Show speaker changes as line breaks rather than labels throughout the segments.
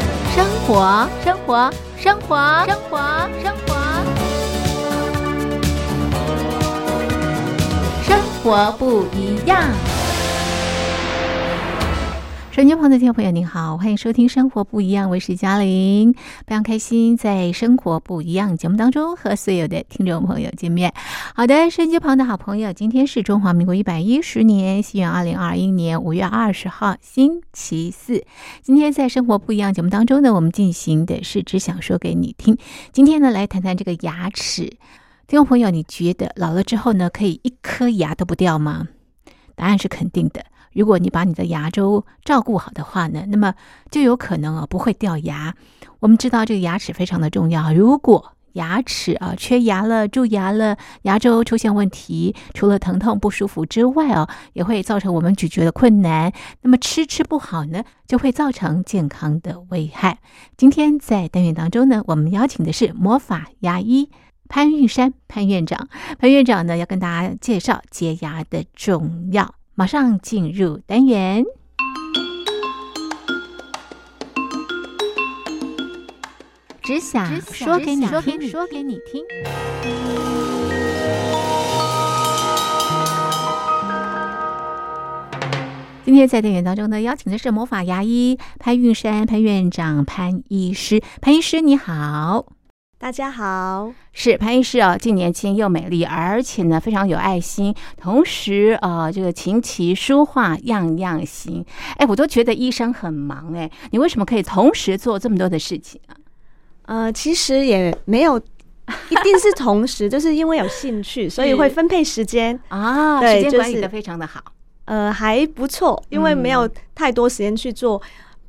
活，生活，生活，生活，生活，生活不一样。手机旁的听众朋友您好，欢迎收听《生活不一样》，我是嘉玲，非常开心在《生活不一样》节目当中和所有的听众朋友见面。好的，收音机旁的好朋友，今天是中华民国一百一十年，西元二零二一年五月二十号，星期四。今天在《生活不一样》节目当中呢，我们进行的是只想说给你听。今天呢，来谈谈这个牙齿。听众朋友，你觉得老了之后呢，可以一颗牙都不掉吗？答案是肯定的。如果你把你的牙周照顾好的话呢，那么就有可能啊不会掉牙。我们知道这个牙齿非常的重要，啊如果牙齿啊缺牙了、蛀牙了，牙周出现问题，除了疼痛不舒服之外哦、啊，也会造成我们咀嚼的困难。那么吃吃不好呢，就会造成健康的危害。今天在单元当中呢，我们邀请的是魔法牙医。潘玉山，潘院长，潘院长呢要跟大家介绍洁牙的重要。马上进入单元。只想啊说给你听，说给你听。今天在电影当中呢，邀请的是魔法牙医潘玉山潘院长潘医师，潘医师你好。
大家好，
是潘医师啊，既年轻又美丽，而且呢非常有爱心，同时呃这个琴棋书画样样行。哎，我都觉得医生很忙哎，你为什么可以同时做这么多的事情啊？
呃，其实也没有，一定是同时， 就是因为有兴趣，所以会分配时间
啊，
对
时间管
就
理
是
的非常的好。
呃，还不错，因为没
嗯
有太多时间去做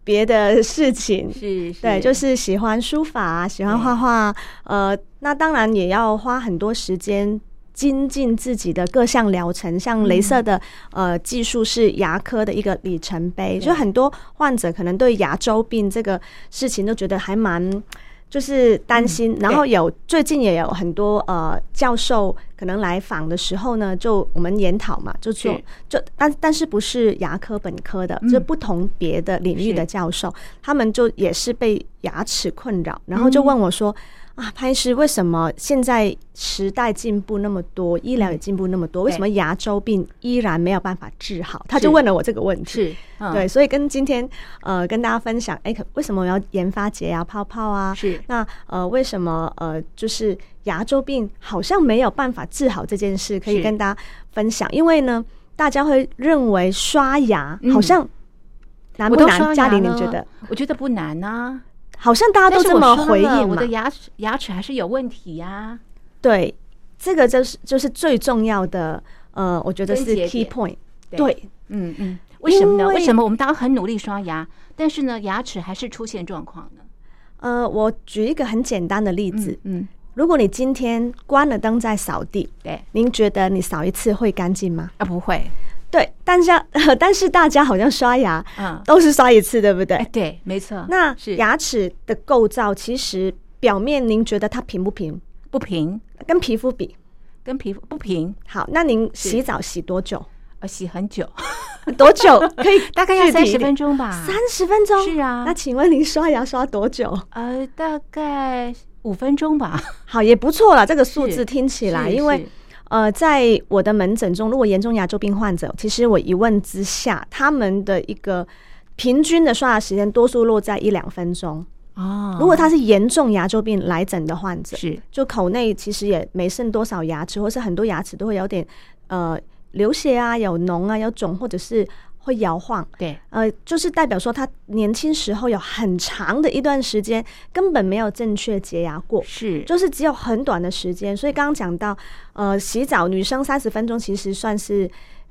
别的事情。
是是
对，就是喜欢书法、啊，喜欢画画啊，呃，那当然也要花很多时间精进自己的各项疗程，像
嗯
镭射的、呃技术是牙科的一个里程碑，就很多患者可能对牙周病这个事情都觉得还蛮。就是
嗯
担心，然后有最近也有很多呃教授可能来访的时候呢，就我们研讨嘛，就做
是嗯
就但但是不是牙科本科的，就不同别的领域的教授，他们就也是被牙齿困扰，然后就
嗯
问我说。啊，潘医师，为什么现在时代进步那么
嗯
多，医疗也进步那么多，为什么牙周病依然没有办法治好？他就是问了我这个问题。
是，嗯
对，所以跟今天呃跟大家分享，哎、可为什么我要研发洁牙泡泡啊？
是
那呃为什么呃就是牙周病好像没有办法治好这件事，可以
是
跟大家分享，因为呢大家会认为刷牙
嗯
好像难
我
不
都刷
难？嘉
牙
玲，你
了
觉得？？
我觉得不难呐、
好像大
啊，
家
但
都
是
这
我
么
刷
回
了
应
我
嘛
的？牙齿牙齿还是有问题呀、
对，这个就是就是最重要的呃，我觉得
症
是
结
key
点
point。
对
对，
嗯嗯，为什么呢？
因为
为什么我们大家很努力刷牙，但是呢牙齿还是出现状况呢？
呃，我举一个很简单的例子，
嗯，嗯
如果你今天关了灯在扫地，
对
您觉得你扫一次会干净吗？
啊，不会，
对，但是、 但是大家好像刷牙
嗯，
都是刷一次，对不
哎，
对？
对，没错，
那
是
牙齿的构造其实表面您觉得它平不平？
不平，
跟皮肤比，
跟皮肤不平，
好，那您洗澡洗多久？
呃，洗很久，
多久可以？
大概要三十分
钟。
钟吧，
三十分钟
啊是啊
那请问您刷牙刷多久？
呃，大概五分钟吧，
好，也不错啦，这个数
是
字听起来，
是
因为
是
呃，在我的门诊中，如果严重牙周病患者，其实我一问之下，他们的一个平均的刷牙时间多数落在一两分钟。
哦，
如果他是严重牙周病来诊的患者，
是
就口内其实也没剩多少牙齿，或是很多牙齿都会有点呃流血啊、有脓啊、有肿，或者是会摇晃。
对，
呃，就是代表说他年轻时候有很长的一段时间根本没有正确洁牙过，
是
就是只有很短的时间。所以刚刚讲到，呃，洗澡女生三十分钟其实算是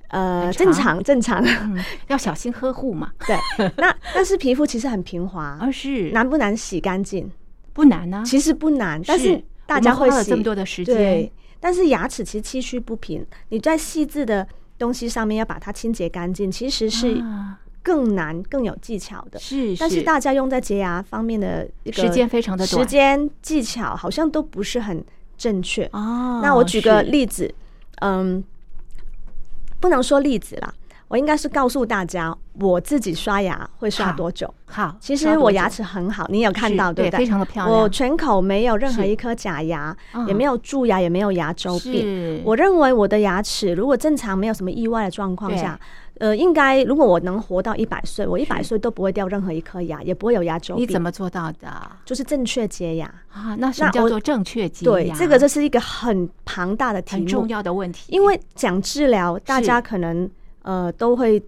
呃
很
正
长
常 正常，
嗯要小心呵护嘛，
对。那但是皮肤其实很平滑，
而是
难不难洗干净？
不难呢，
其实不难，但
啊是
是大家
我们
会
花了
洗
这么多的时间
对，但是牙齿其实崎岖不平，你在细致的东西上面要把它清洁干净，其实是
啊
更难、更有技巧的。
是，
但是大家用在洁牙方面的一个
时间非常的短
时间技巧好像都不是很正确。
哦，
那我举个
是
例子，嗯，不能说例子啦，我应该是告诉大家我自己刷牙会刷多久。
好，
其
刷
实
多
我
久
牙齿很好，你有看
是
到对
对，
不
非
对？
常的漂亮，
我全口没有任何
是
一颗假牙，
嗯
也没有蛀牙，也没有牙周病。
是
我认为我的牙齿如果正常没有什么意外的状况下，呃，应该如果我能活到一百岁，我一百岁都不会掉任何一颗牙，也不会有牙周
你
病。
怎么做到的啊？
就是正确洁牙？
那什么
那
叫
我
做正确洁
对，
牙
这个这是一个很庞大的题
很
目
重，要的问题，
因为讲治疗，大家可能呃都会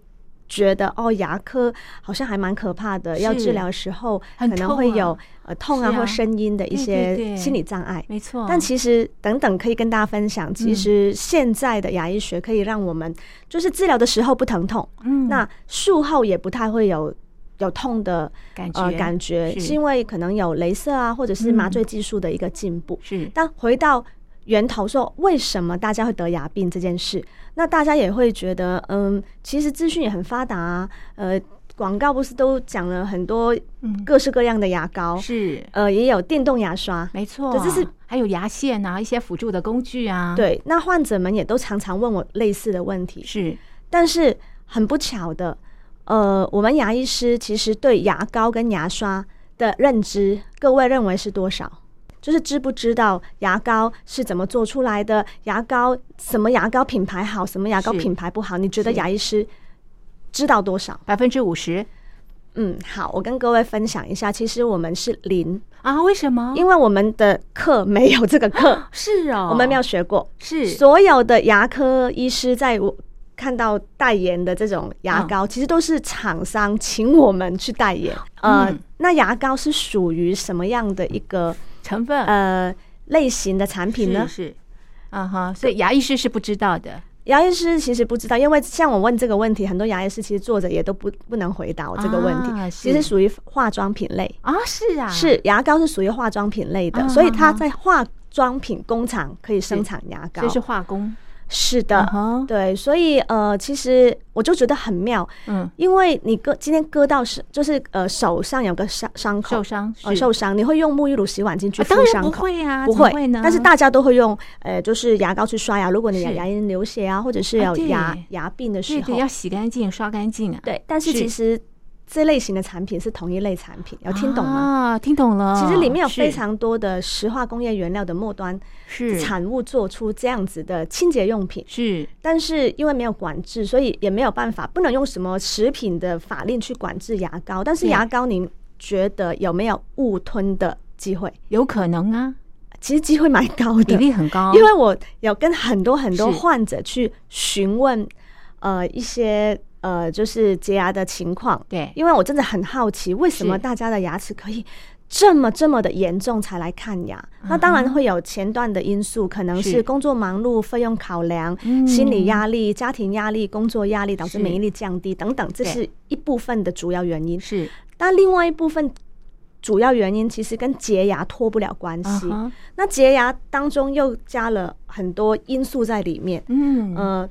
觉得哦，牙科好像还蛮可怕的，
是
要治疗的时候可
很
能会
痛啊
有呃痛啊
是啊
或声音的一
对对对
些心理障碍。
没错，
但其实等等可以跟大家分
嗯
享，其实现在的牙医学可以让我们就是治疗的时候不疼痛，
嗯
那术后也不太会有有痛的
感觉
呃感觉，
是嗯
是因为可能有镭射啊或者是麻醉技术的一个进步。
是
但回到源头说，为什么大家会得牙病这件事，那大家也会觉得，嗯，其实资讯也很发达啊，呃，广告不是都讲了很多
嗯
各式各样的牙膏，
是
呃，也有电动牙刷。
没错，
对这是
还有牙线啊，一些辅助的工具啊，，
对，那患者们也都常常问我类似的问题，
是
但是很不巧的，呃，我们牙医师其实对牙膏跟牙刷的认知，各位认为是多少？就是知不知道牙膏是怎么做出来的？牙膏什么牙膏品牌好，什么牙膏
是
品牌不好？你觉得
是
牙医师知道多少？
百分之五十
嗯，好，我跟各位分享一下，其实我们是零，
啊？为什么？
因为我们的课没有这个课，
是哦，
我们没有学过。
是
所有的牙科医师在我看到代言的这种牙膏，
嗯
其实都是厂商请我们去代言。呃，
嗯
那牙膏是属于什么样的一个
成分
呃类型的产品呢
是？是啊哈，所以牙医师是不知道的，
牙医师其实不知道，因为像我问这个问题，很多牙医师其实坐着也都不不能回答我这个问题。
啊
其实属于化妆品类，
啊，是啊，
是牙膏是属于化妆品类的，
啊
所以
啊
它
啊
在化妆品工厂可以生产牙膏
所以。是化工嗯
是的，
哈，
对，所以呃，其实我就觉得很妙，
嗯，
因为你割今天割到是就是呃手上有个伤伤口
受伤
呃
是
受伤，你会用沐浴乳、洗碗巾去
啊
敷
当然
伤
不
口。
会啊，
不
怎么
会，
会呢？
但是大家都会用，呃，就是牙膏去刷牙。如果你牙
是
牙龈流血啊，或者是
啊
有
对
牙牙病的时
对
候
对，，要洗干净、刷干净啊。，
对。但是
是
其实这类型的产品是同一类产品，有听懂吗？
啊，听懂了。
其实里面有非
是
常多的石化工业原料的末端
是
产物做出这样子的清洁用品。
是
但是因为没有管制，所以也没有办法，不能用什么食品的法令去管制牙膏。但是
对
牙膏，您觉得有没有误吞的机会？
有可能啊，
其实机会蛮高
比
的，
例很高，
因为我有跟很多很多
是
患者去询问，呃，一些呃就是洁牙的情况，
对
因为我真的很好奇，为什么
是
大家的牙齿可以这么这么的严重才来看牙？那当然会有前段的因素，可能
嗯是
是工作忙碌、费用考量、
嗯
心理压力、家庭压力、工作压力导
是
致免疫力降低等等，这
对
是一部分的主要原因。
是
但另外一部分主要原因其实跟洁牙脱不了关
啊
系。
哈，
那洁牙当中又加了很多因素在里面，
嗯，
呃，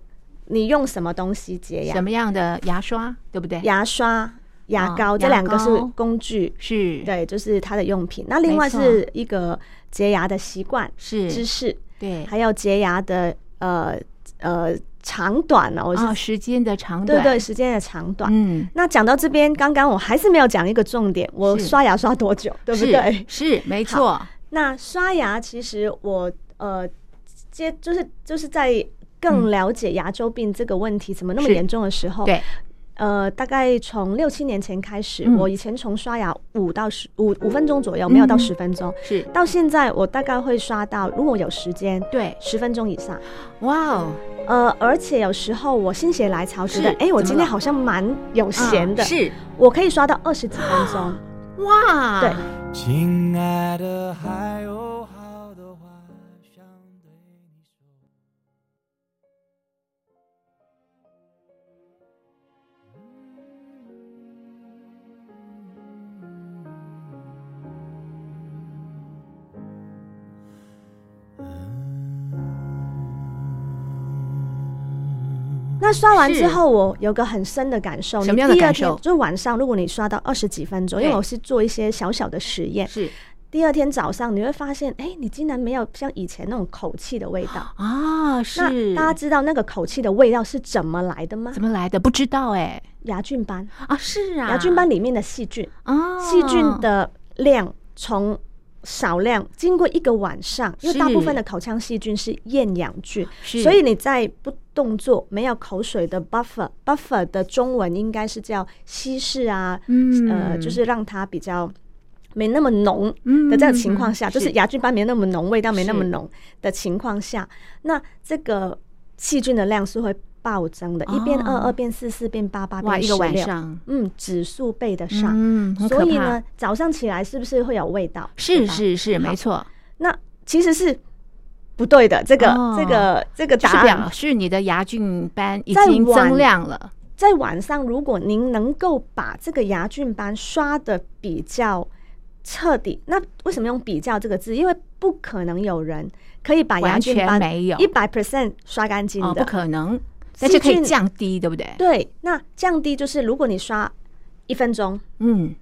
你用什么东西洁牙
什？么样的牙刷对不对？
牙刷、牙膏、
哦
这两个
牙
是
膏
工具，
是
对，就是它的用品。那另
没
外
错
是一个洁牙的习惯、知
是，
识，
对
还有洁牙的呃呃长短哦呢、我是、
啊，时间的长
对
短，
对时间的长短。
嗯，
那讲到这边，刚刚我还是没有讲一个重点，我
是
刷牙刷多久，对不对？
是是没错，
那刷牙其实我呃接就是就是在更了解牙周病这个问题怎么那么
是
严重的时候，
对，
呃，大概从六七年前开始，
嗯
我以前从刷牙五到十五五分钟左右，没有到
嗯
十分钟，
是
到现在我大概会刷到，如果有时间，
对，
十分钟以上。
哇哦，
呃，而且有时候我心血来潮，觉得
是
哎、诶我
怎
今
么了
天好像蛮有
啊
闲的，
是啊
我可以刷到二十几分钟。
哇，
对
亲爱的，还有好多话想对你说。
那刷完
是
之后，我有个很深的感受。
什么样的
你第二
感受
天就晚上，如因为我是做一些小小的实验，
是
第二天早上你会发现，哎，你竟然没有像以前那种口气的味道。
啊，是
那大家知道那个口气的味道是怎么来的吗
怎？么来的？不知道哎、
牙菌斑，
啊，是啊，
牙菌斑里面的细菌，
啊，
细菌的量从少量经过一个晚上，因为大部分的口腔细菌是厌氧菌，
是，
所以你在不动作、没有口水的 buffer buffer 的中文应该是叫稀释啊，
嗯
呃，就是让它比较没那么浓
嗯
的这样情况下，
嗯
就是是牙菌斑没那么浓，味道没那么
是
浓的情况下，那这个细菌的量是会暴增的，
哦
一变二，二变四，四变八，八
哇，
变
一
十
个晚
六，
上
嗯，指数倍的上。
嗯，很可
所以
怕，
呢，早上起来是不是会有味道？
是
对吧，
是是，
好
没错，
那其实是不对的。这个、
哦
这个这个
就是
答
表
案，
示你的牙菌斑已
在
经
晚
增量了，
在晚上，如果您能够把这个牙菌斑刷的比较彻底，那为什么用“比较”这个字？因为不可能有人可以把牙
完
菌
全
斑
没有
一百 percent 刷干净
哦，
的、
不可能，但是可以
细菌
降低，对不对？
对，那降低就是如果你刷一分钟，
嗯，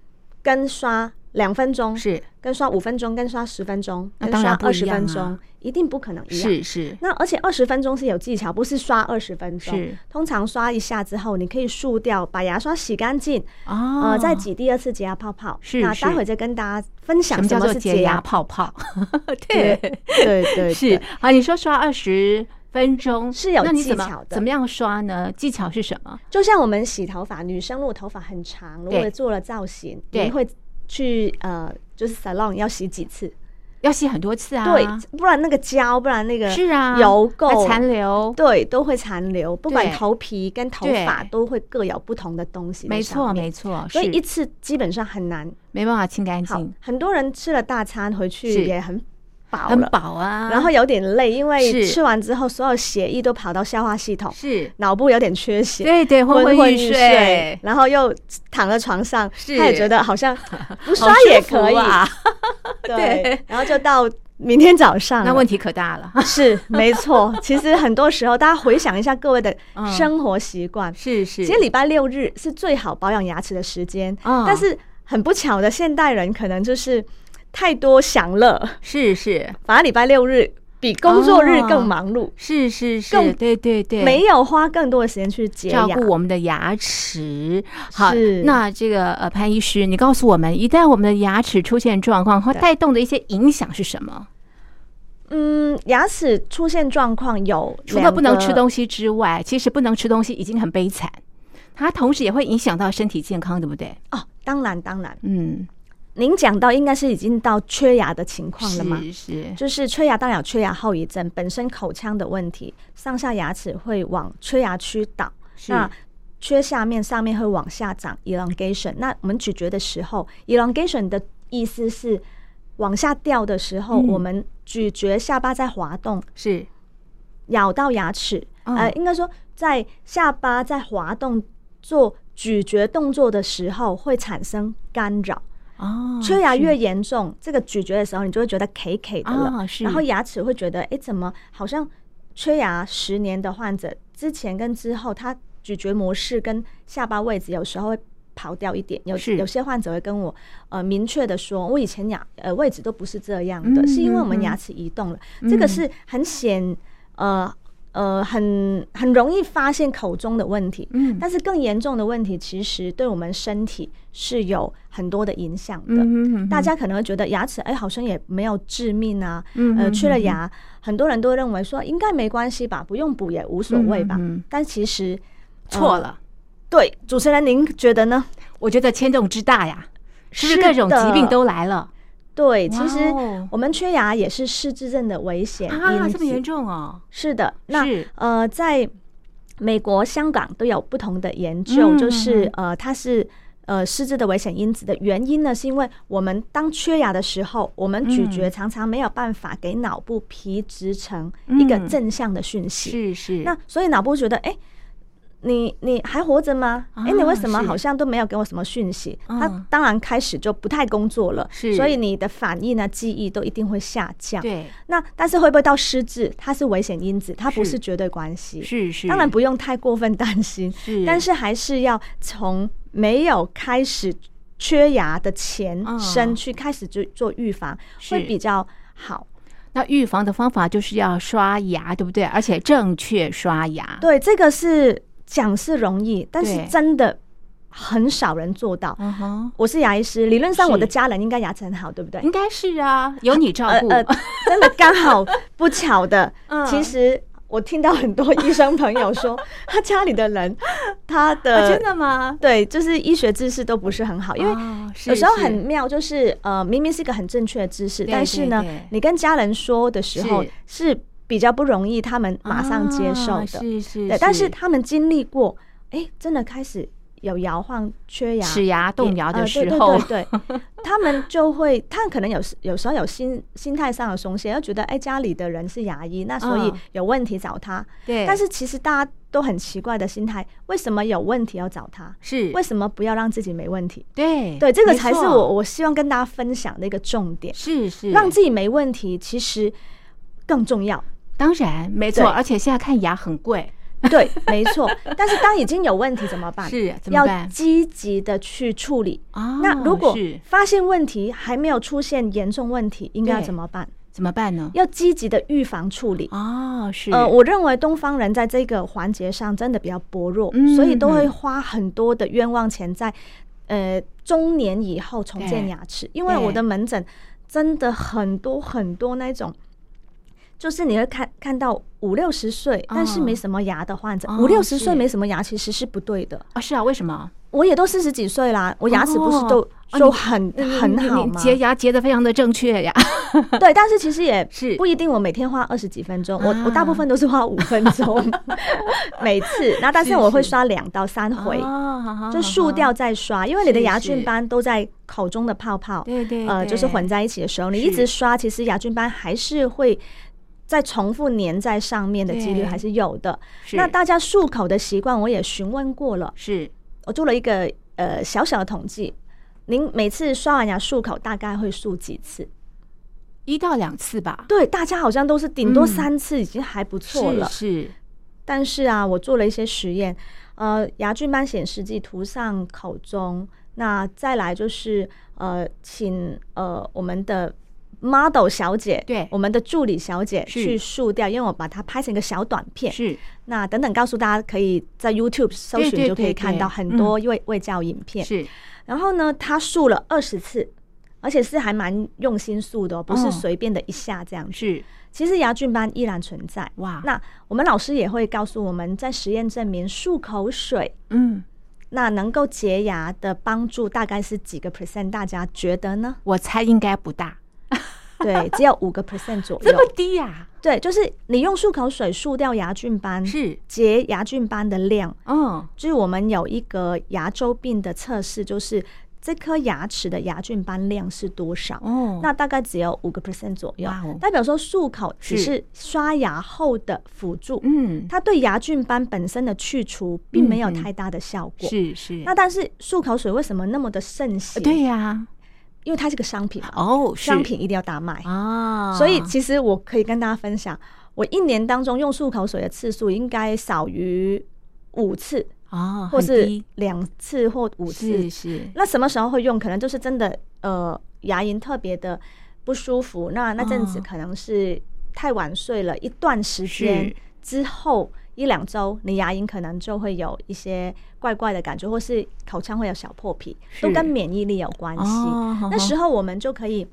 跟刷两分钟，
是
跟刷五分钟，跟刷十分钟，
那
跟
当
刷
然不
二
一
十
样啊
分钟，一定不可能一样。
是是
那而且二十分钟是有技巧，不是刷二十分钟。
是
通常刷一下之后，你可以漱掉，把牙刷洗干净，
哦，
呃，再挤第二次洁牙泡泡。
是
那
是
待会再跟大家分
什
享
么
什
叫
么
做
是
洁
洁
牙
牙。
泡泡？
对对对，
是
对
啊，你说刷二十分钟
是有
那你怎
技巧
么
的
怎么样刷呢？技巧是什么？
就像我们洗头发，女生如果头发很长，如果
对
做了造型，
对
你会去呃，就是 salon 要洗几次？
要洗很多次啊，
对，不然那个胶，不然那个
是啊，
油
还
垢
残留，
对，都会残留，不管
对
头皮跟头
对
发都会各有不同的东西在
没
上
错
面。
没错，
所以
是
一次基本上很难。
没办法清干
好
净，，
很多人吃了大餐回
是
去也很饱
很
了，
饱啊，
然后有点累，因为
是
吃完之后所有血液都跑到消化系统，
是
脑部有点缺血。
对对昏
昏
欲
欲睡，，然后又躺在床上，
是
他也觉得好像 不
好
刷
舒
也
服
可以，
啊。对
对，然后就到明天早上了。
那问题可大了，
是没错，其实很多时候大家回想一下各位的
嗯
生活习惯，
是是
其实礼拜六日是最好保养牙齿的时间，
哦
但是很不巧的，现代人可能就是太多享乐，
是是
反而礼拜六日比工作日
哦
更忙碌，
是是是，
更
对对对，
没有花更多的时间去洁
照
牙
顾。我们的牙齿。好
是，
那这个呃，潘医师，你告诉我们，一旦我们的牙齿出现状况，会
对
带动的一些影响是什么？
嗯，牙齿出现状况有
除了不能吃
西，
东西之外，其实不能吃东西已经很悲惨，它同时也会影响到身体健康，对不对？
哦，当然当然，
嗯，
您讲到应该是已经到缺牙的情况了吗？
是是，
就是缺牙，当然有缺牙后遗症，本身口腔的问题，上下牙齿会往缺牙区倒，
是
那缺下面上面会往下长 elongation。那我们咀嚼的时候，elongation 的意思是往下掉的时候，
嗯
我们咀嚼下巴在滑动，
是，
咬到牙齿，
嗯
呃，应该说在下巴在滑动做咀嚼动作的时候会产生干扰。
哦，
缺牙
是哦
越严重，这个咀嚼的时候，你就会觉得 K K 的了，
啊是
然后牙齿会觉得，哎，怎么好像缺牙十年的患者，之前跟之后，他咀嚼模式跟下巴位置有时候会跑掉一点，有
是
有些患者会跟我呃明确的说，我以前牙呃位置都不是这样的，
嗯
是因为我
嗯
们
嗯
牙齿移动了，这个是很显呃呃很很容易发现口中的问题，
嗯
但是更严重的问题，其实对我们身体是有很多的影响的。
嗯哼
大家可能会觉得牙齿哎、好像也没有致命啊，
嗯
呃，
嗯
缺了牙，很多人都认为说应该没关系吧，不用补也无所谓吧。
嗯嗯嗯
但其实
错。
呃
了，
对，主持人您觉得呢？
我觉得牵动之大呀，是不是
是
各种疾病
的
都来了？
对，其实
哇哦
我们缺牙也是失智症的危险
啊，
因
这么
子。
严重哦？
是的，那
是
呃，在美国、香港都有不同的研究，
嗯
就是
嗯
呃，它是呃失智的危险因子的原因呢，是因为我们当缺牙的时候，我们咀嚼
嗯
常常没有办法给脑部皮质层一个
嗯
正向的讯息，
是是，
那所以脑部觉得哎。你你还活着吗？哎、你
啊
为什么
是
好像都没有给我什么讯息？
嗯
它当然开始就不太工作了，
是
所以你的反应呢、记忆都一定会下降。
对
那但是会不会到失智？它是危险因子，它不
是
是绝对关系。
是是，
当然不用太过分担心，
是，
但是还是要从没有开始缺牙的前
嗯
身去开始就做预防，
是
会比较好。
那预防的方法就是要刷牙，对不对？而且正确刷牙。
对，这个是讲是容易，但是
对
真的很少人做到。
嗯哼，
我是牙医师，理论上
是
我的家人应该牙齿很好，对不对？
应该是啊，有你照顾。
呃真的刚好不巧的，
嗯
其实我听到很多医生朋友说， 他家里的人，他
啊
的
真的吗？
对，就是医学知识都不是很好，因为
哦是
有时候
是
很妙，就是呃，明明是一个很正确的知识，
对
但是呢
对对，
你跟家人说的时候
是
是比较不容易，他们马上接受
啊
的。
是是
对，但是他们经历过，哎，真的开始有摇晃、缺牙、
齿牙啊动摇的
呃
时候，
对对对对他们就会，他可能有时有时候有心心态上的松懈，要觉得哎，家里的人是牙医，那所以
嗯
有问题找他。
对
但是其实大家都很奇怪的心态，为什么有问题要找他？
是
为什么不要让自己没问题？
对
对，这个
没
才是
错
我我希望跟大家分享的一个重点，
是是
让自己没问题，其实更 重要。
当然没错，
对
而且现在看牙很贵，
对，没错。但是当已经有问题怎么办？
是怎么
啊要
办
积极的去处理。
啊？
那如果
是
发现问题还没有出现严重问题，应该要
对
怎么办？
怎么办呢？
要积极的预防处理。
哦，是
呃，我认为东方人在这个环节上真的比较薄弱，
嗯
所以都会花很多的冤枉钱在呃中年以后重建
对
牙齿。因为
对
我的门诊真的很多很多那种，就是你会看看到五六十岁但是没什么牙的患者，
嗯哦
五六十岁
是
没什么牙其实是不对的。
啊是啊，为什么
我也都四十几岁啦，我牙齿不是都、
哦啊
都
你
很、
你
很
你
好
你
吗？
洁牙洁的非常的正确 呀，
对，但是其实也
是
不一定，我每天花二十几分钟，我我大部
啊
分都是花五分 钟每次，那但是
是
我会
是
刷两到三回，
哦好好
就
好
漱掉再刷，因为你的
是
牙
啊是
菌斑都在口中的泡泡，
对对
呃，就是
对
混在一起的时候，你一
是
直刷，其实牙菌斑还是会。再重复粘在上面的几率
对
还是有的。
是
那大家漱口的习惯我也询问过了，
是
我做了一个呃小小的统计，您每次刷完牙漱口大概会漱几次？
一到两次吧，
对，大家好像都是顶多
嗯
三次，已经还不错
是
了。
是
但是啊，我做了一些实验，呃，牙菌斑显示剂涂上口中，那再来就是呃，请呃我们的 model 小姐，
对
我们的助理小姐
是
去漱掉，因为我把它拍成一个小短片。
是
那等等，告诉大家可以在 YouTube 搜
对对
寻就可
对
以看
对嗯
到很多卫卫教影片。
是
然后呢，他漱了二十次，而且是还蛮用心漱的、哦，不
哦
是随便的一下这样子。
是
其实牙菌斑依然存在。
哇
那我们老师也会告诉我们，在实验证明漱口水
嗯。？
那能够洁牙的帮助大概是几个 percent？大家觉得呢
我猜应该不大，
对，只有五个 percent 左
这
右
么。低呀、
对，就是你用漱口水漱掉牙菌斑，
嗯是，
洁牙菌斑的量。
嗯，
就是我们有一个牙周病的测试，就是这颗牙齿的牙菌斑量是多少？
哦，
那大概只有五个 percent 左右
哇哦，
代表说漱口只
是
是刷牙后的辅助，
嗯，
它对牙菌斑本身的去除并没有
嗯嗯
太大的效果。
是是，
那但是漱口水为什么那么的盛行？
呃对，呀、
因为它是个商品嘛，
哦，是
商品一定要大卖，
啊，
所以其实我可以跟大家分享，我一年当中用漱口水的次数应该少于五次，
啊，
或
很
是
低
两次或五次
是是，
那什么时候会用？可能就是真的呃牙龈特别的不舒服，那那阵子
哦
可能是太晚睡了，一段时间
是
之后一两周，你牙龈可能就会有一些怪怪的感觉，或是口腔会有小破皮，都
是
跟免疫力有关系。
哦
那时候我们就可以。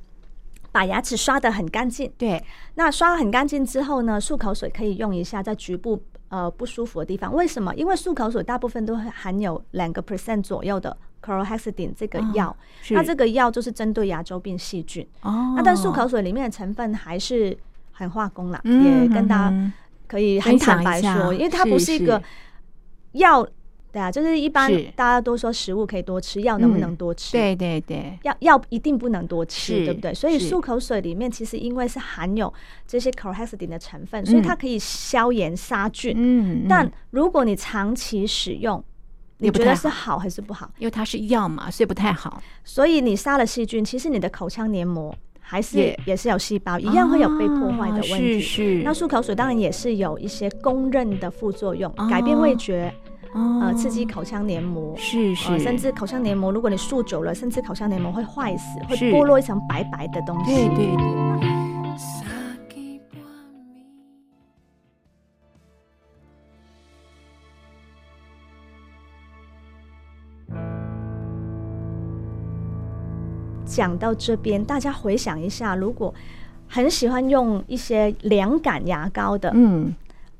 把牙齿刷得很干净，
对，
那刷很干净之后呢，漱口水可以用一下，在局部呃不舒服的地方。为什么？因为漱口水大部分都会含有两个 percent 左右的 chlorhexidine 这个
嗯
药，
是
那这个药就是针对牙周病细菌。
哦，
那但漱口水里面的成分还是很化工啦，
嗯
也跟大
嗯嗯
家可以很坦白
分享
说，
一下
因为它不是一个
是
药，对啊，就是一般
是
大家都说食物可以多吃，药能不
嗯
能多吃？
对对对，
药药一定不能多吃，
是
对不对？所以
是
漱口水里面其实因为是含有这些 chlorhexidine 的成分，所以它可以消炎杀菌。
嗯，
但
嗯
如果你长期使用，你
也不
觉得
太
是好还是不好？
因为它是药嘛，所以不太好，
所以你杀了细菌，其实你的口腔黏膜还是
也
也是有细胞，一样会有被破坏的
啊
问
是
题。
是，
那漱口水当然也是有一些公认的副作用，
哦
改变味觉。呃刺激口腔黏膜。
是是、
呃，甚至口腔黏膜，如果你竖久了，甚至口腔黏膜会坏死，会
是
剥落一层白白的东西。
对对对。
讲到这边，大家回想一下，如果很喜欢用一些凉感牙膏的
嗯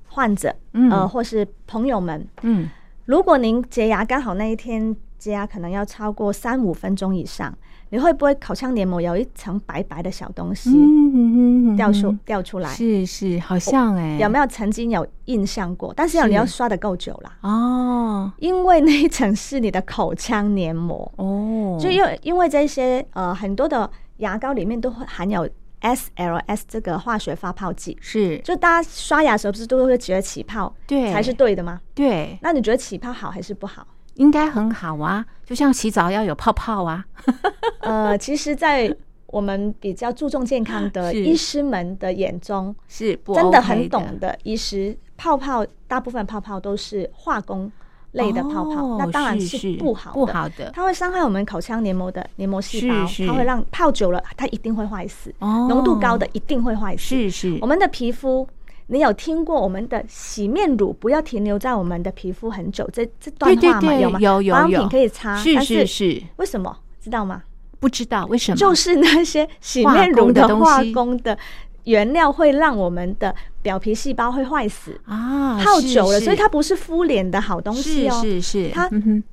患者，
嗯
呃，或是朋友们，
嗯，
如果您洁牙刚好那一天洁牙可能要超过三五分钟以上，你会不会口腔黏膜有一层白白的小东西
嗯
掉出、
嗯
掉出来？哦
是是，好像哎、
有没有曾经有印象过？但是要
是
你要刷的够久啦，
有？哦
因为那一层是你的口腔黏膜，
哦，
就因为因为这些呃很多的牙膏里面都会含有 SLS 这个化学发泡剂，
是
就大家刷牙的时候不是都会觉得起泡
对，
才是对的吗？
对，
那你觉得起泡好还是不好？
应该很好啊，就像洗澡要有泡泡啊，
呃，其实，在我们比较注重健康的
是
医师们的眼中，
是不、
真
OK、的
很懂的医师，泡泡大部分泡泡都是化工类的泡泡，
哦
那当然
是是
不好的，
不好的
它会伤害我们口腔黏膜的黏膜细胞，
是是
它会让泡久了，它一定会坏死，
哦
浓度高的一定会坏死。
是是，
我们的皮肤。你有听过我们的洗面乳不要停留在我们的皮肤很久这这段
对对
话吗？
对
有吗？
有有
保养
有
品可以擦，
是
但
是
是
是，
为什么知道吗？
不知道为什么
就是那些洗面
化
乳
工的
的
东西
化工的原料会让我们的表皮细胞会坏死，
啊，
泡
是
久了，
是
所以它不是敷脸的好东西
是
哦，
是是，
它
嗯哼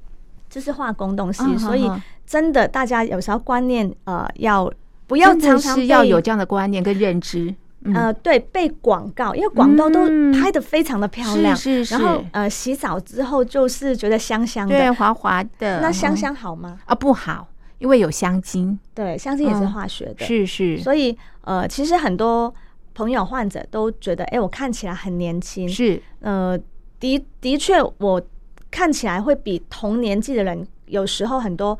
这是化工东西
啊。
所以
啊啊
真的，大家有时候观念呃要不要
真的
常常
是
被
要有这样的观念跟认知，嗯、
呃对被广告，因为广告都
嗯
拍的非常的漂亮，
是是
然后
是
呃洗澡之后就是觉得香香
对
的，
滑滑的，
那香
嗯
香好吗？
啊不好，因为有香精，
对，香精也是
嗯
化学的，
是是
所以呃，其实很多朋友患者都觉得，哎、我看起来很年轻。
是
呃，的的确，我看起来会比同年纪的人，有时候很多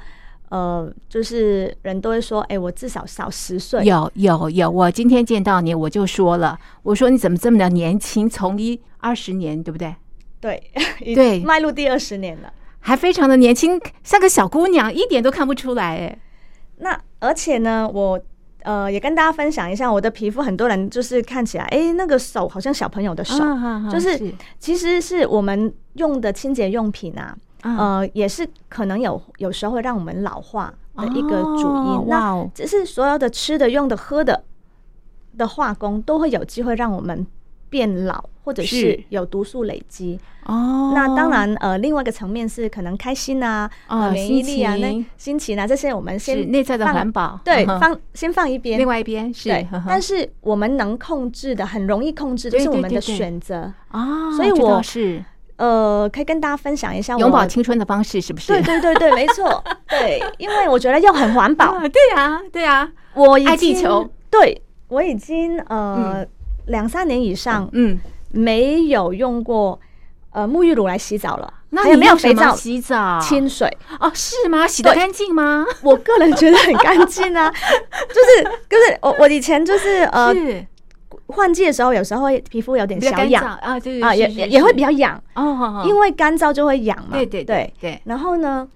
呃，就是人都会说，哎、我至少少十岁。
有有有，我今天见到你我就说了，我说你怎么这么的年轻，从医二十年，对不对？
对 已
对
迈入第二十年了。
还非常的年轻，像个小姑娘，一点都看不出来哎。
那而且呢，我。呃，也跟大家分享一下，我的皮肤很多人就是看起来，哎、那个手好像小朋友的手，
啊啊啊
就是
是
其实是我们用的清洁用品啊，
啊
呃，也是可能有有时候会让我们老化的一个主因。
哦哇
那
哦
只是所有的吃的、用的、喝的的化工，都会有机会让我们变老，或者是
是
有毒素累积。
哦，
那当然，呃，另外一个层面是可能开心啊、
哦
呃、免疫力啊、
心
那
情
心情啊这些，我们
是
先
内在的
放
环保，
对
嗯哼
放先放一边
另。外一边是，
对，但
是
是我们能控制的，很容易控制，就
对
是我
对
们
对
的
对
选择。
啊，
所以
这倒
我
是
呃，可以跟大家分享一下我
永葆青春的方式，是不是？
对对对对，没 错，对，因为我觉得又很环保，
啊，对啊，对啊，
我已经
爱地球，
对我已经呃两、三年以上
嗯，
没有用过呃沐浴乳来洗澡了，
那
还有
你
没有
用什
肥
么
皂、
洗澡？
清水？
哦，是吗？洗得
对
干净吗？
我个人觉得很干 净啊，就是就是我我以前就是呃
是
换季的时候，有时候会皮肤有点
比较
小
干
痒
燥啊，对对
啊，
是
也
是
也也会
是
比较痒，
哦，
因
为
为干燥就会痒嘛，
对对对对，
然后呢，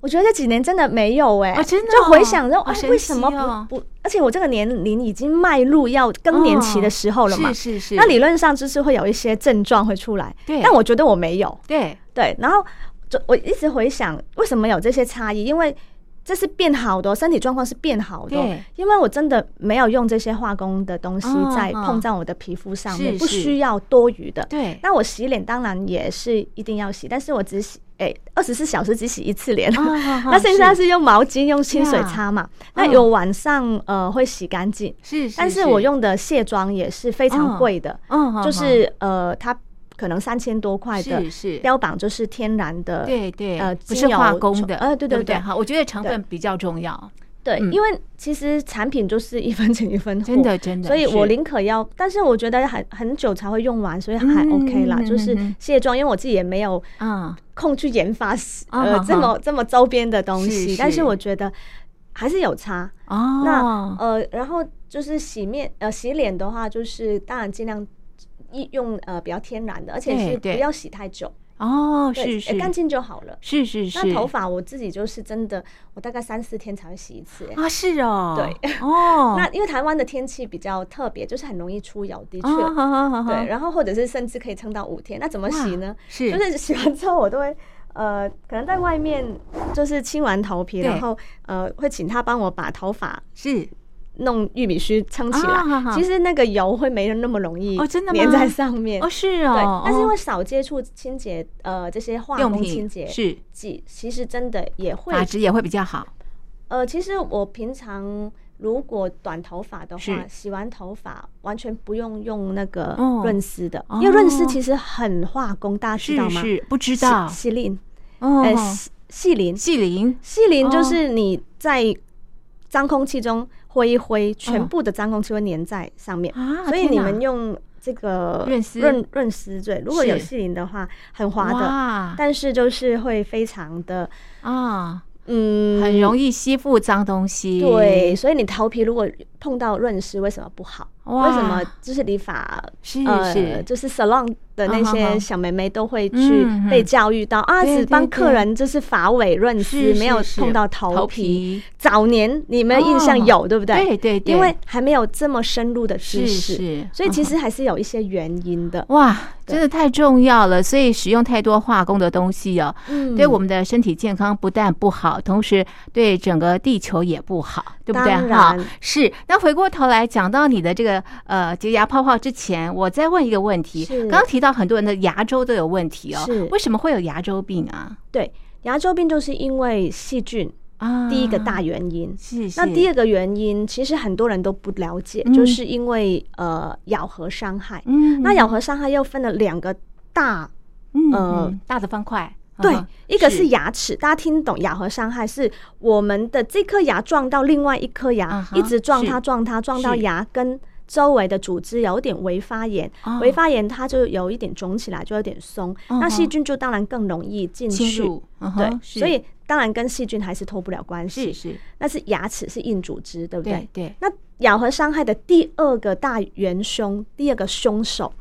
我觉得这几年真的没有哎、
啊真的哦
就回想着，
好
哎、
神奇哦
为什么不不？而且我这个年龄已经迈入要更年期的时候了嘛，
哦是是是，
那理论上就是会有一些症状会出来，
对
但我觉得我没有，
对
对，然后就我一直回想为什么有这些差异，因为。这是变好的哦、身体状况是变好的哦、
对
因为我真的没有用这些化工的东西
哦
在
哦
碰撞我的皮肤上面，
是
不
是
需要多余的。
对，
那我洗脸当然也是一定要洗，但是我只洗哎二十四小时只洗一次
啊
脸， 那
那
剩下是用毛巾用清水擦嘛。那
嗯
有晚上呃会洗干净，
是，
但是我用的卸妆也是非常贵的，
嗯，
就是呃它可能三千多块的
是，是，
标榜就是天然的，
对对，
呃
不是
精油
化工
虫
的，
呃对
对
对
不
对
哈，我觉得成分比较重要，
对
嗯
因为其实产品就是一分钱一分货，
真的真的，
所以我
是
宁可要，但是我觉得很很久才会用完，所以还
嗯
OK 啦。
嗯嗯
就是
嗯嗯
卸妆，因为我自己也没有
嗯
空去研发
啊
呃
哈
这么这么周边的东
是
西，
是
但是我觉得还是有差。
哦，
那呃，然后就是洗面呃洗脸的话，就是当然尽量一用呃比较天然的，而且
对
是不
对
要洗太久。
哦，
对
是是
哎干净就好了。
是是是，
那头发我自己就是真的，我大概三四天才会洗一次。哎
啊是哦，
对，
哦，
那因为台湾的天气比较特别，就是很容易出油，的确，
啊好好好好，
对，然后或者是甚至可以撑到五天。那怎么
哇
洗呢？
是
就是洗完之后我都会。呃，可能在外面就是清完头皮，
对
然后呃，会请他帮我把头发
是
弄玉米须撑起来。
啊好好
其实那个油会没那么容易
哦真的吗
粘在上面。
哦是哦
对，，但是因
哦
为少接触清洁，呃，这些化
用
工清
品
洁
是
剂，其实真的也会。
发质也会比较好，
呃，其实我平常如果短头发的话
是，
洗完头发完全不用用那个
哦
润丝的，
哦
因为润丝其实很化工，大家知道
是
吗？
是不知道
细鳞，
哦，
呃，细细鳞，
细鳞
细鳞
哦
就是你在脏空气中挥一挥，
哦
全部的脏空气会粘在上面，
啊，
所以
天
你
哪
们用这个
润丝
润润丝对，如果有
是
细鳞的话，很滑的，
哇
但是就是会非常的
啊，
嗯，
很容易吸附脏东西，
对，，
嗯
所以你头皮如果碰到润湿，为什么不好？
哇
为什么就是理发
是
呃，
是
就是 salon 的那
啊哈哈
些小妹妹都会去被教育到啊，
对
只帮
对
客人就是发尾润
是
湿，没有
是
碰到
头
头皮。
皮，
早年你们印象
哦
有对不
对
对？
对对，
因为还没有这么深入的
是
知识，
是，哦
所以其
嗯
实还是有一些原因的。
哇，
对
真的太重要了！所以使用太多化工的东西哦，
嗯
对我们的身体健康不但不好，同时对整个地球也不好，对不对？
当然
哈，是。那回过头来讲到你的这个呃洁牙泡泡之前，我再问一个问题
是。
刚提到很多人的牙周都有问题哦
是，
为什么会有牙周病啊？
对牙周病就是因为细菌
啊，
第一个大原因。
是
那第
二
二个原因，其实很多人都不了解，
嗯
就是因为呃咬合伤害。
嗯，
那咬合伤害又分了两个大，
嗯
呃
嗯大的方块，
对
嗯，
一个
是
是牙齿，大家听懂咬合伤害是我们的这颗牙撞到另外一颗
啊
牙，
哈
一直撞它
是
撞它撞到
是
牙根周围的组织有点微发炎，
哦
微发炎它就有一点肿起来，就有点松，
嗯
那
哼
细菌就当然更容易进
侵
去。
入，嗯
对
哼，是
所以当然跟细菌还是脱不了关
是
系。
是，
那是牙齿是硬组织，对不
对对，
那咬合伤害的第二个大元凶，第二个凶手，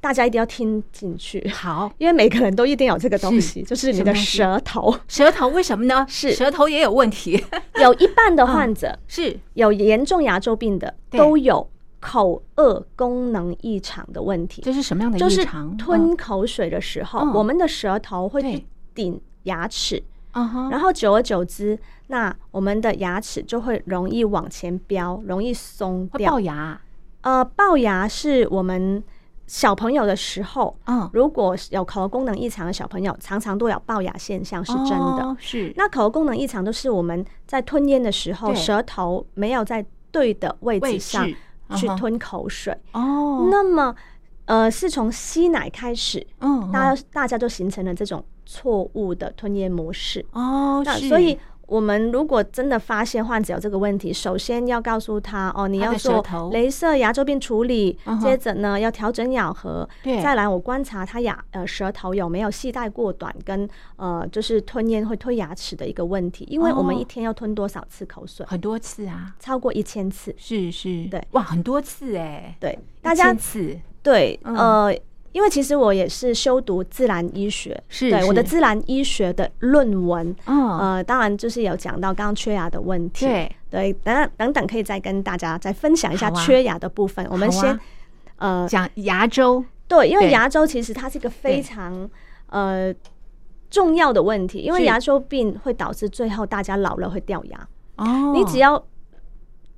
大家一定要听进去，
好。
因为每个人都一定有这个东西，
是
就是
什
你
么
的
东西
舌头。
舌头为什么呢？
是
舌头也有问 题，
有一半的患者
是
有严重牙周病的，
嗯对
都有口颚功能异常的问题，
这是什么样的
就
异
是
常？
吞口水的时候，
嗯
我们的舌头会
对
去顶牙齿，
啊哈，
然后久而久之，那我们的牙齿就会容易往前飙，容易松
会
掉
龅。牙，
呃，龅牙是我们小朋友的时候，
嗯，
如果有口功能异常的小朋友，常常都有龅牙现象，是真的。
哦，是
那口功能异常都是我们在吞咽的时候，
对
舌头没有在对的位
位
置上
置
去
嗯哼
吞口水。
哦，
那么，呃，是从吸奶开始，
嗯
大
嗯
家大家就形成了这种错误的吞咽模式。
哦，
那
是
所以。我们如果真的发现患者有这个问题，首先要告诉他哦，你
他的
要
舌
做
头
镭射牙周病处理
嗯，哼
接着呢要调整咬合
对，
再来我观察他牙呃舌头有没有系带过短跟呃就是吞咽会推牙齿的一个问题，因为我们
哦
一天要吞多少次口水？
很多次啊，
超过一千次。
是是，
对，
哇，很多次哎，
对，
一
大家
千次
对
嗯
呃，因为其实我也是修读自然医学，
是
对我的
是
自然医学的论文，
嗯，
呃，当然就是有讲到刚刚缺牙的问题。
对，
对，等等等等，可以再跟大家再分享一下
好啊
缺牙的部分。我们
好啊
先、呃，
讲牙周，
对，因
对
为牙周其实它是一个
对
非常呃重要的问题，因
是
为牙周病会导致最后大家老了会掉牙。
哦，
你只要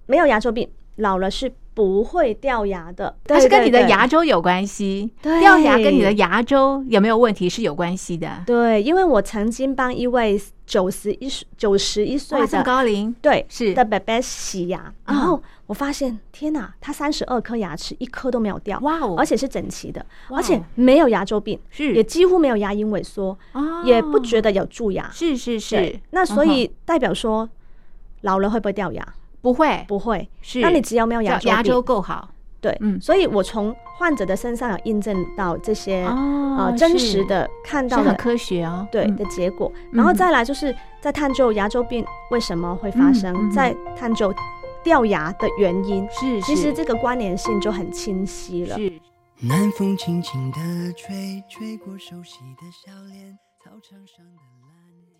没有牙周病，老了是不会掉牙的。
它是跟
对
你的
对
牙周有关系，
对
掉牙跟你的牙周有没有问题是有关系的，
对，因为我曾经帮一位九十一九十一岁
哇，这么
的。
高龄
对，
是
的，伯伯洗牙，然
啊
后我发现，天哪，他三十二颗牙齿，一颗都没有掉，
哇哦，
而且是整齐的，
哇
而且
哦
没有牙周病，
是
也几乎没有牙龈萎缩，
哦
也不觉得有蛀牙。
是是
对
是，
那所
嗯哼
以代表说，老了会不会掉牙？
不会，
不会。
是
那你只要没有
叫
牙周
牙周
病，
够好
对
嗯，
所以我从患者的身上有印证到这些
哦
呃真
是
实的看
是
到
很
的
科学哦，
对
嗯
的结果，然后
嗯
再来就是在探究牙周病为什么会发
嗯
生，
嗯
再探究掉牙的原因，
是，
其
是
实这个关联性就很清晰了。
是
南风轻轻地吹，吹过熟悉的笑脸，操场上的蓝天。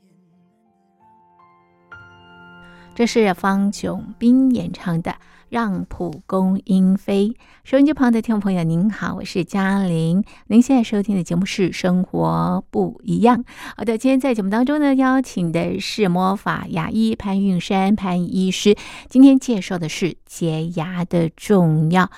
这是方炯斌演唱的《让蒲公英飞》。收音机旁的听众朋友，您好，我是嘉玲。您现在收听的节目是《生活不一样》。好的，今天在节目当中呢，邀请的是魔法牙医潘运山潘医师，今天介绍的是洁牙的重要。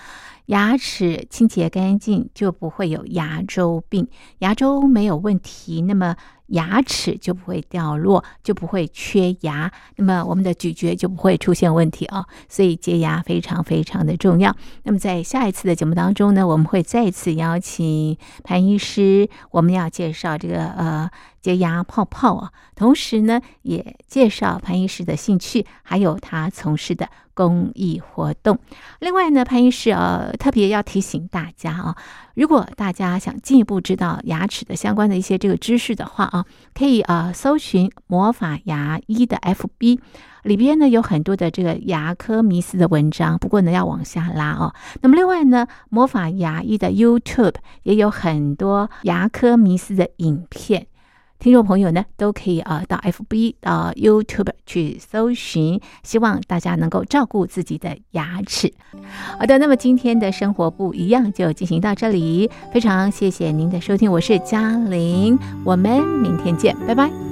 牙齿清洁干净就不会有牙周病，牙周没有问题，那么牙齿就不会掉落，就不会缺牙，那么我们的咀嚼就不会出现问题啊、所以洁牙非常非常的重要。那么在下一次的节目当中呢，我们会再次邀请潘医师，我们要介绍这个呃洁牙泡泡啊，同时呢也介绍潘医师的兴趣，还有他从事的公益活动。另外呢，潘医师呃特别要提醒大家啊，如果大家想进一步知道牙齿的相关的一些这个知识的话啊，可以呃搜寻魔法牙医的 FB。里边呢有很多的这个牙科迷思的文章，不过呢要往下拉哦。那么另外呢，魔法牙医的 YouTube 也有很多牙科迷思的影片，听众朋友呢都可以呃到 FB 到 YouTube 去搜寻，希望大家能够照顾自己的牙齿。好的，那么今天的生活不一样就进行到这里，非常谢谢您的收听，我是嘉玲，我们明天见，拜拜。